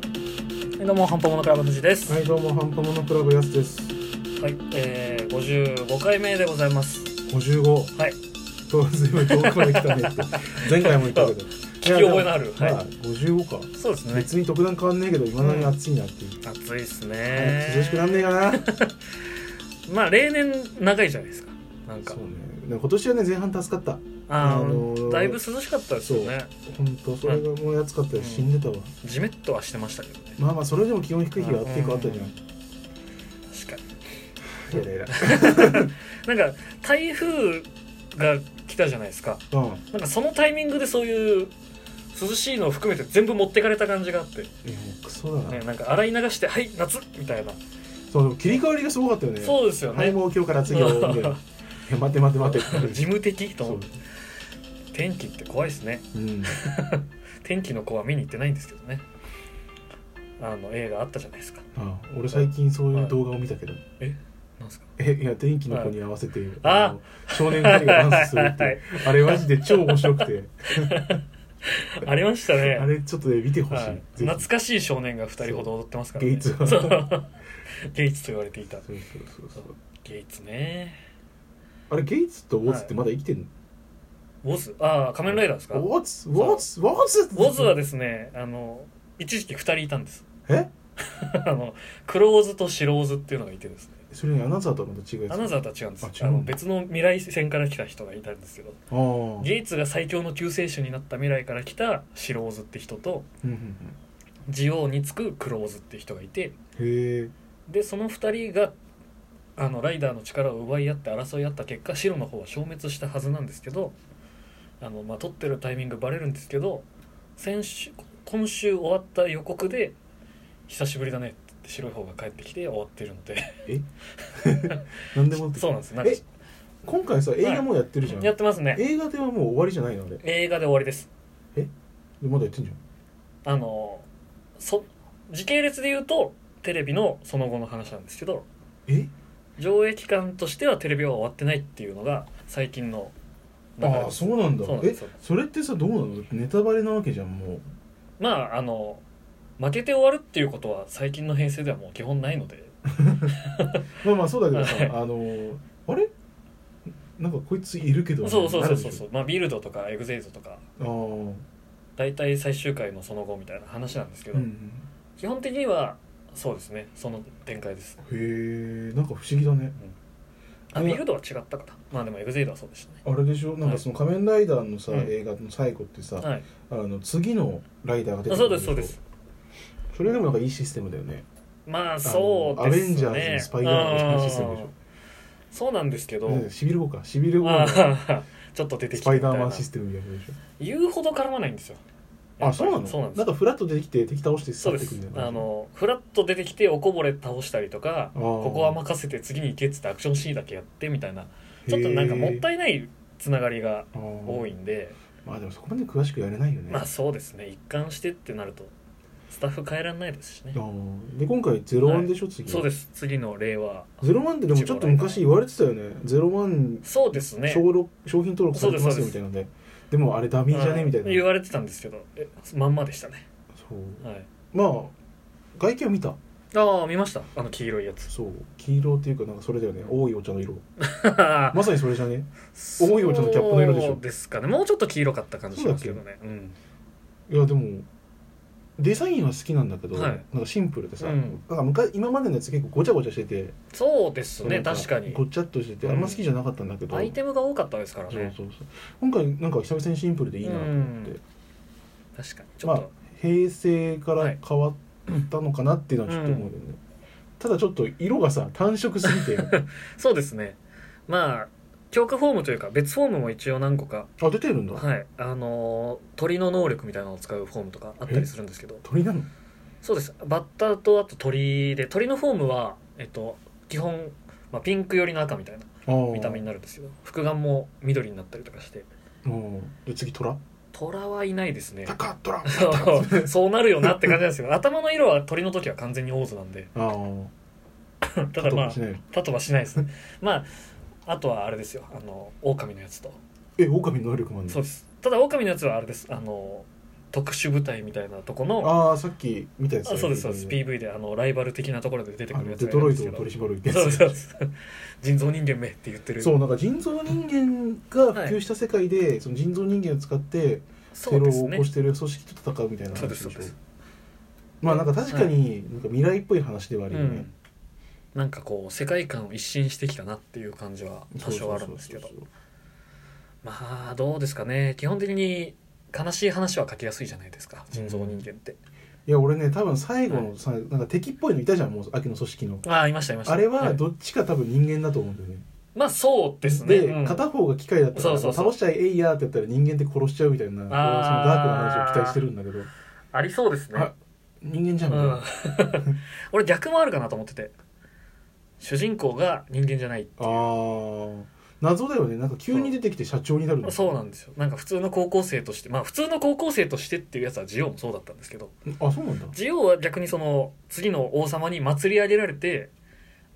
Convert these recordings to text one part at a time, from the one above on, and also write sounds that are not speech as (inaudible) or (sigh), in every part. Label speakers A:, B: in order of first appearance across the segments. A: はいどうも、ハンパモノクラブ藤です。は
B: はい、どうも、ハンパモノクラブやすです。
A: い、えー、55回目でございます。
B: 55。
A: はい。
B: と、ずいぶん遠くまで来たね
A: (laughs)
B: って。前回も言ったけど。
A: 聞き覚えのある。
B: ま
A: は
B: あ、55か。
A: い。そうですね。
B: 別に特段変わんねえけど、いまだに暑いなっていう。
A: 暑いです
B: 早
A: ね
B: く涼。しくなんねえかな。
A: まあ、例年長いじゃないですか。なんか
B: そう。ね。でも今年はね、前半助かった。
A: あ
B: あの
A: ー
B: ー
A: だいぶ涼しかったですよね。
B: 本当それがもう暑かったよ。
A: うん
B: 死んでたわ。
A: じめっとはしてましたけどね。
B: まあまあ、それでも気温低い日があっていうかあったじゃん。
A: 確か
B: いやいやい
A: に。なんか、台風が来たじゃないですか。
B: や。うん。
A: なんか、そのタイミングでそういう、涼しいのを含めて全部持ってかれた感じがあって、
B: いや、もうクソだ
A: ね、
B: な。
A: なんか洗い流して、はい、夏みたいな。
B: そう、でも切り替わりがすごかったよね。
A: そうですよ
B: はい、
A: ね。
B: もう今日から次よ、み
A: (laughs)
B: たいな。いや、待て待て (laughs) 待てって。
A: 事務的と
B: そ
A: 思っ
B: う
A: て。天気って怖いですね
B: うん。
A: 天気の子は見に行ってないんですけどねあの映画あったじゃないですか
B: あ俺最近そういう動画を見たけど、
A: なんですか
B: えいや天気の子に合わせて、
A: あ
B: の少年2人がダンスするっていう
A: はい
B: あれマジで超面白くて、
A: ありましたね
B: あれちょっとね見てほしい、
A: はい、
B: ぜひ
A: 懐かしい少年が2人ほど踊ってますから、ね、
B: ゲイツは
A: そ
B: そうう
A: (laughs) ゲイツと言われていた
B: そうそうそう
A: ゲイツね
B: あれゲイツとウォズってまだ生きてんの、
A: ウォズああ仮面ライダーですかウ
B: ウ
A: ォ
B: ォズウォズウォズ
A: ズはですねあの一時期2人いたんです (laughs)
B: え
A: あのクローズとシローズっていうのがいてですね
B: それねアナザーとはまた違うやつ
A: アナ
B: ー
A: ザーとは違うんです
B: あ違うんだ
A: あの別の未来線から来た人がいたんですけど
B: あー
A: ゲイツが最強の救世主になった未来から来たシローズって人と
B: うんうん
A: ジオウにつくクローズって人がいて
B: うんへえ
A: でその2人があのライダーの力を奪い合って争い合った結果白の方は消滅したはずなんですけどあの、まあ、撮ってるタイミングバレるんですけど先週今週終わった予告で「久しぶりだね」って言って白い方が帰ってきて終わってるので
B: 何でもっ
A: (laughs)
B: て
A: そうなんですなんか
B: え今回さ映画もうやってるじゃん、
A: やってますね
B: 映画ではもう終わりじゃないのあれで
A: 映画で終わりです
B: まだやってんじゃん
A: あのそ時系列で言うとテレビのその後の話なんですけど
B: え
A: 上映期間としてはテレビは終わってないっていうのが最近の流れ
B: あ
A: で
B: あ
A: す
B: そうなんだ
A: そうなんで
B: え
A: すよ
B: それってさどうなのネタバレなわけじゃんもう
A: まああの負けて終わるっていうことは最近の編成ではもう基本ないので
B: まあまあそうだけど
A: はい
B: さあのーあれなんかこいついるけど
A: そうそうそうそうそううまあビルドとかエグゼイドとか
B: ああー
A: 大体最終回のその後みたいな話なんですけど、
B: うん
A: 基本的にはそうですねその展開です
B: へえなんか不思議だね
A: あ
B: うん
A: ビルドは違ったかなまあでもエグゼイドはそうでしたね
B: あれでしょなんかその仮面ライダーのさ、
A: うん
B: 映画の最後ってさ、
A: はい
B: あの次のライダーが出て
A: あそうですそうです
B: それでもなんかいいシステムだよね
A: まあそう
B: あ
A: で
B: のア
A: す
B: ベンジャーズのスパイダーマンみたいなシステムでしょ
A: あーそうなんですけど、
B: ねシビル号かシビル号
A: あ
B: のス
A: ー (laughs) ちょっと出てきて
B: パ
A: み
B: イ
A: た
B: ダ
A: い
B: ーマ
A: な
B: ンシステムみたいなやつでし
A: 言うほど絡まないんですよ
B: ょあそうなの
A: そうなんです
B: なんかフラッと出てきて敵倒して
A: そう
B: 去
A: で
B: ってく
A: す
B: るんだよ
A: あのフラッと出てきておこぼれ倒したりとか
B: あー
A: ここは任せて次に行けっつってアクションシーンだけやってみたいなちょっとなんかもったいないつながりが多
B: 多
A: いんで
B: まあでもそこまで詳しくやれないよね、
A: まあそうですね一貫してってなるとスタッフ変えられないですしね
B: あーで今回ゼロワンでしょ、次
A: そうです次の例は
B: ゼロワンってでもちょっと昔言われてたよねゼロワン
A: そうですね
B: 商録商品登録されてますよ
A: そうです
B: みたいなのででもあれダミーじゃねみたい
A: うん言
B: な
A: われてたんですけどえまんまでしたね
B: そう
A: はい
B: まあ外見は見た
A: ああ見ましたあの黄色いやつ (laughs)
B: そう黄色っていうかなんかそれだよね多いお茶の色
A: ま
B: まさにそれじゃね
A: 多
B: 重いよちょっとキャップの色でしょ
A: そうですかねもうちょっと黄色かった感じしますけどねうん
B: いやでもデザインは好きなんだけど、
A: はい
B: なんかシンプルでさ、
A: うん
B: なんか昔今までのやつ結構ごちゃごちゃしてて
A: そうですね
B: なん
A: 確かに
B: ごちゃっとしててあんま好きじゃなかったんだけど、
A: アイテムが多かったですから
B: そう
A: ね
B: そうそう今回なんか久々にシンプルでいいなと思って、
A: うん確かにちょ
B: ま
A: っ
B: あ
A: と、
B: 平成から変わったのかなっていうのはちょっと思うよね、ただちょっと色がさ単色すぎて
A: そうですねまあ強化フォームというか別フォームも一応何個か、
B: (laughs) あ出てるんだ、
A: はいあのー鳥の能力みたいなのを使うフォームとかあったりするんですけど
B: 鳥なの
A: そうですバッタとあと鳥で鳥のフォームは、えっと、基本、まあ、ピンク寄りの赤みたいな
B: あー
A: 見た目になるんですけど複眼も緑になったりとかして
B: うんで次虎
A: 虎はいないですね
B: タカ虎
A: そうなるよなって感じなんですけど頭の色は鳥の時は完全にオーズ
B: (laughs)
A: なんで
B: あー
A: た
B: あ
A: だまあ
B: しない
A: たとはしないですねまああとはあれですよあの狼のやつと
B: え狼の能力もある
A: そう
B: の
A: ですただ狼のやつはあれですあの特殊部隊みたいなとこの
B: ああさっきみたいです
A: あそうですそうです
B: ね
A: PV であのライバル的なところで出て
B: あ
A: くる
B: の
A: やつ
B: デ
A: がいる
B: ト
A: ん
B: ロ
A: で
B: イ
A: す
B: ト
A: け
B: を
A: ど
B: 取り締まるみたいな
A: そ
B: や
A: う
B: つ
A: そうそう人造人間めって言ってる
B: そうなんか人造人間が普及した世界で、その人造人間を使って
A: そ
B: テ
A: う
B: ロを
A: です
B: 起
A: ね
B: こしてる組織と戦うみたいな
A: そうで
B: 話ですし
A: そ
B: ょ
A: うです
B: まあなんか確かになんか未来っぽい話ではある
A: う
B: よね
A: ん、なんかこう世界観を一新してきたなっていう感じは多少あるんですけど
B: そうそうそう
A: まあどうですかね基本的に悲しい話は書きやすいじゃないですか
B: うん
A: 人造人間って、
B: そういや俺ね多分最後のさ、なんか敵っぽいのいたじゃんもう秋の組織の
A: ああいましたいました
B: あれはいどっちか多分人間だと思うんだよね
A: まあそうですねうん
B: 片方が機械だった
A: そ
B: ら
A: うそうそう
B: 倒しちゃええいやーってやったら人間って殺しちゃうみたいなそのダークな話を期待してるんだけど
A: ありそうですね
B: あ人間じゃん
A: う
B: みたい
A: ん (laughs)
B: な、
A: 俺逆もあるかなと思ってて主人公が人間じゃない
B: あー謎だよねなんか急に出てきて社長になるの
A: そうなんですよなんか普通の高校生としてまあ普通の高校生としてっていうやつはジオウもそうだったんですけど
B: あそうなんだ
A: ジオウは逆にその次の王様に祭り上げられて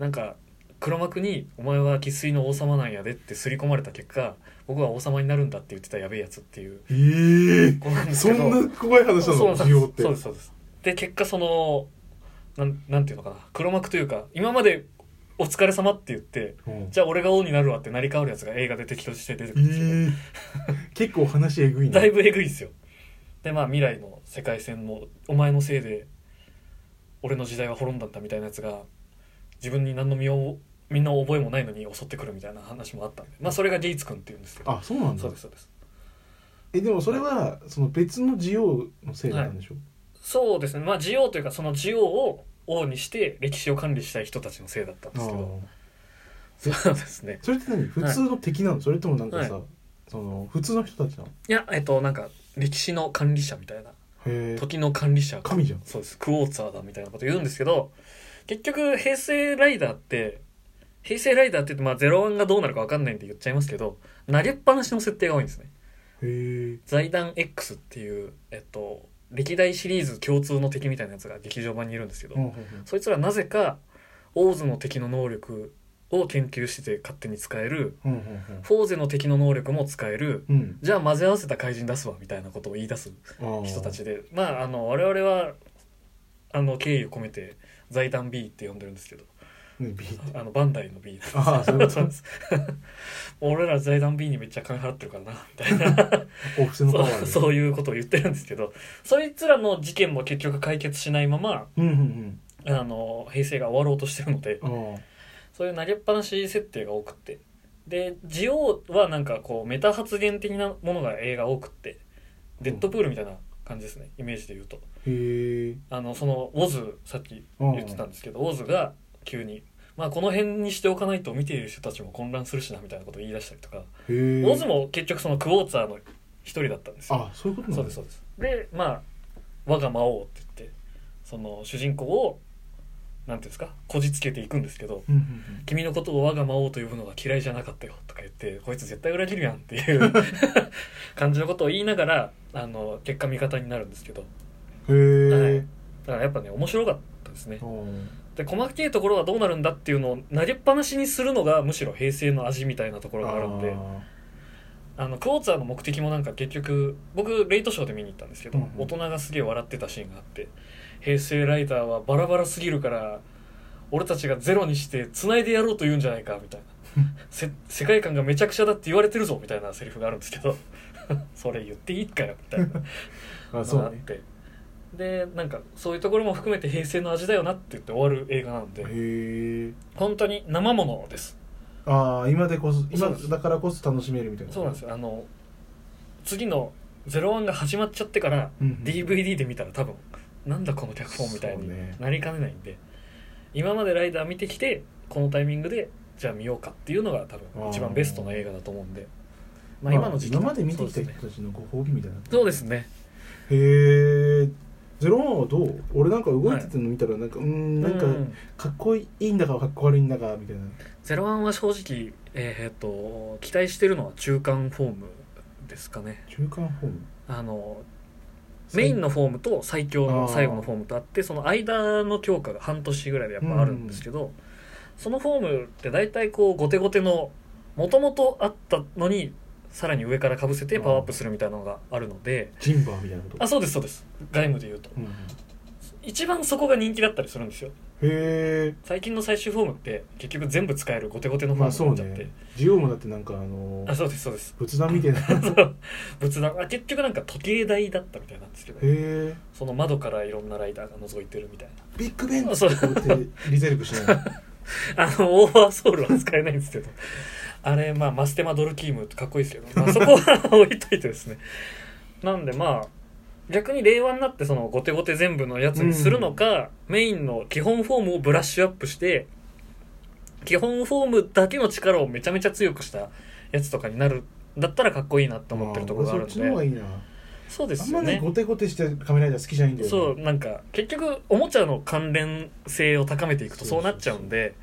A: なんか黒幕に「お前は生粋の王様なんやで」って刷り込まれた結果僕は王様になるんだって言ってたやべえやつっていう
B: ええ
A: 子なんで
B: そんな怖い話な
A: そう
B: の
A: な
B: 需要っ
A: んです
B: て
A: そうですそうですで結果そのなんなんていうのかな黒幕というか今まで「お疲れ様って言って
B: うん
A: じゃあ俺が王になるわって成り代わるやつが映画で敵として出てく
B: え
A: るんですよ、
B: ー結構話えぐいな
A: だいぶえぐいですよでまあ未来の世界線のお前のせいで俺の時代は滅んだんだみたいなやつが自分に何の身をみんな覚えもないのに襲ってくるみたいな話もあったんでまあそれがゲイツ君っていうんですけど
B: あそうなん
A: そ
B: だ
A: うですそうです
B: えでもそれはその別の需要のせいだったんでしょ、
A: そうですねまあジオウというかそのジオウを王にして歴史を管理したい人たちのせいだったんですけど
B: あー
A: そうですね
B: それって何普通の敵なの、それともなんかさ、その普通の人たちなの
A: いやえっとなんか歴史の管理者みたいな
B: へえ
A: 時の管理者
B: 神じゃん
A: そうですクォーツァーだみたいなこと言うんですけど結局平成ライダーって平成ライダーって言ってまあゼロワンがどうなるか分かんないんで言っちゃいますけど投げっぱなしの設定が多いんですね
B: へえ
A: 財団 X っていうえっと歴代シリーズ共通の敵みたいなやつが劇場版にいるんですけど、
B: うんうん
A: そいつらなぜかオーズの敵の能力を研究してて勝手に使える
B: うんうん
A: フォーゼの敵の能力も使える
B: うんうん
A: じゃあ混ぜ合わせた怪人出すわみたいなことを言い出す
B: あー
A: 人たちでまああの我々はあの敬意を込めて財団 B って呼んでるんですけど
B: ねビーって
A: あのバンダイの B
B: ああそういうこ
A: そう
B: と
A: です (laughs) 俺ら財団 B にめっちゃ金払ってるからなみたいな
B: お布施のパワー
A: そ
B: で
A: うそういうことを言ってるんですけどそいつらの事件も結局解決しないまま
B: うんうん
A: あの平成が終わろうとしてるので
B: うんあ
A: そういう投げっぱなし設定が多くってでジオウはなんかこうメタ発言的なものが映画多くってデッドプールみたいな感じですねイメージで言うと。
B: ーへえ
A: あのそのウォズさっき言ってたんですけど、ウォズが急に、まあ、この辺にしておかないと見ている人たちも混乱するしなみたいなことを言い出したりとか、
B: へえ
A: ウォズも結局そのクォーツァーの一人だったんですよ
B: あそういうことな
A: そ
B: ん
A: うですそうですでまあ我が魔王って言ってその主人公をなんていうんですかこじつけていくんですけど
B: うんうん
A: 君のことを我が魔王と呼ぶのが嫌いじゃなかったよとか言ってこいつ絶対裏切るやんっていう (laughs) 感じのことを言いながらあの結果味方になるんですけど
B: うんへ
A: はい
B: え
A: だからやっぱね面白かったですね
B: あー
A: で細かいところはどうなるんだっていうのを投げっぱなしにするのがむしろ平成の味みたいなところがあるんであのクォーツァーの目的もなんか結局僕レイトショーで見に行ったんですけど、
B: うんうん
A: 大人がすげえ笑ってたシーンがあって平成ライターはバラバラすぎるから俺たちがゼロにして繋いでやろうと言うんじゃないかみたい
B: (laughs)
A: なせ世界観がめちゃくちゃだって言われてるぞみたいなセリフがあるんですけど (laughs) それ言っていいかよみたいな
B: (laughs) あーあ
A: そ
B: そう
A: あっ
B: うね
A: てでなんかそういうところも含めて平成の味だよなって言って終わる映画なんで
B: へえ
A: 本当に生ものです
B: ああ今でこそ今
A: そうです
B: だからこそ楽しめるみたいな
A: そうなんですすよあの次の「ゼロワンが始まっちゃってから
B: うんうん
A: DVD で見たら多分なんだこの脚本みたいに
B: そうね
A: なりかねないんで、今までライダー見てきてこのタイミングでじゃあ見ようかっていうのが多分一番ベストな映画だと思うんでまあ今の時期だ
B: 今まで見てきた
A: そうですね
B: 人たちのご褒美みたいな
A: そうですね
B: へえゼロワンはどう俺なんか動いててるの見たらなんか、うーんなん
A: う
B: かかっこいいんだかかっこ悪いんだかみたいな
A: ゼロワンは正直、えーっと期待してるのは中間フォームですかね
B: 中間フォーム
A: あのメインのフォームと最強の最後のフォームとあってその間の強化が半年ぐらいでやっぱあるんですけど、そのフォームって大体こう後手後手のもともとあったのにさらに上からかぶせてパワーアップするみたいなのがあるので、
B: ジンバーみたいなこと
A: あそうですそうです外務でいうと
B: うんへ
A: 一番そこが人気だったりするんですよ
B: え
A: 最近の最終フォームって結局全部使えるゴテゴテのフォ
B: まあ
A: ー
B: そ
A: ム
B: う
A: になっちゃって、
B: ねジオウもだってなんかあの
A: あそうですそうです (laughs)
B: 仏壇みたいなへ
A: 仏壇あ結局なんか時計台だったみたいなんですけど
B: え
A: その窓からいろんなライダーが覗いてるみたい
B: ビッグベン
A: あ
B: っ
A: そう
B: て言ってリゼルブしな
A: (laughs)
B: い
A: なあのオーバーソウルは使えないんですけどあれまあマステマドルキームってかっこいいですけど、まあ、そこは置いといてですねなんでまあ逆に令和になってそのゴテゴテ全部のやつにするのか、メインの基本フォームをブラッシュアップして基本フォームだけの力をめちゃめちゃ強くしたやつとかになるだったらかっこいいなと思ってるところがあるん
B: あー俺そっちの方が
A: で
B: いいな
A: そうで
B: あ
A: す
B: ん
A: よ
B: まね
A: ね
B: ゴテゴテしてる仮面ライダー好きじゃないんだよね
A: そうなんか結局おもちゃの関連性を高めていくとそうなっちゃうんで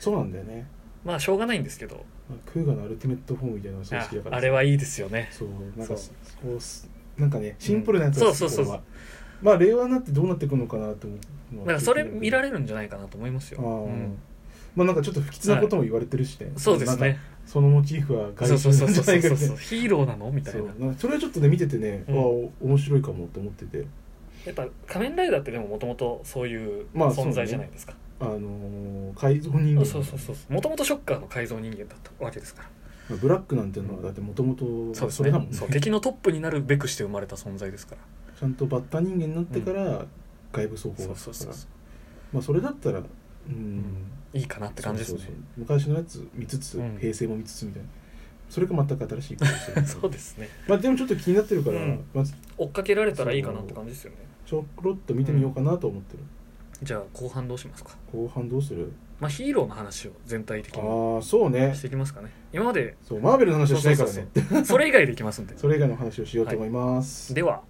B: そうなんだよね
A: まあしょうがないんですけど
B: クーガのアルティメットフォームみたいなのがすごい好
A: あ
B: きだから
A: あれはいいですよね
B: そうなんか
A: そ
B: そこうすなんかねシンプルなやつが好き
A: そうそうそう
B: 俺はまあ令和になってどうなってくるのかなと思う
A: だ
B: のは
A: からそれ見ら
B: れ
A: れるんじゃないかなと思いますよ、
B: あー
A: うん
B: まあなんかちょっと不吉なことも言われてるしね、
A: そうです
B: なんか
A: ね
B: そのモチーフは
A: そう
B: 外
A: そう
B: 人
A: そ
B: な
A: うん
B: じ
A: そうそう
B: ゃないか
A: そう
B: みたいな
A: ヒーローなのみたい
B: そう
A: な
B: なんかそれはちょっとね見ててね、
A: うん
B: ああ面白いかもと思ってて
A: やっぱ仮面ライダーってでももともとそういう
B: まあそう
A: 存在じゃないですか、
B: あのー改造人
A: そ
B: 間
A: うそうそうそうもともとショッカーの改造人間だったわけですから
B: まあブラックなんていうのはだってもともと
A: そうです
B: それ
A: ね
B: だもんね
A: そう敵のトップになるべくして生まれた存在ですから
B: ちゃんとバッタ人間になってから外部走行だ
A: そ
B: か
A: う
B: ら
A: そうそうそう
B: まあそれだったらうん、
A: いいかなって感じですね
B: そうそうそう昔のやつ見つつ、
A: うん
B: 平成も見つつみたいなそれか全く新しいことして
A: (laughs)
B: る
A: そうですね
B: まあでもちょっと気になってるから、
A: うん
B: まあ、
A: 追っかけられたらいいかなって感じですよね
B: ちょろっと見てみようかなと思ってる、
A: じゃあ後半どうしますか
B: 後半どうする
A: まあヒーローの話を全体的に
B: ああそうね
A: していきますかね今まで
B: そうマーベルの話はしないからね
A: そうそうそうそうそれ以外でいきますんで
B: それ以外の話をしようと思います、
A: では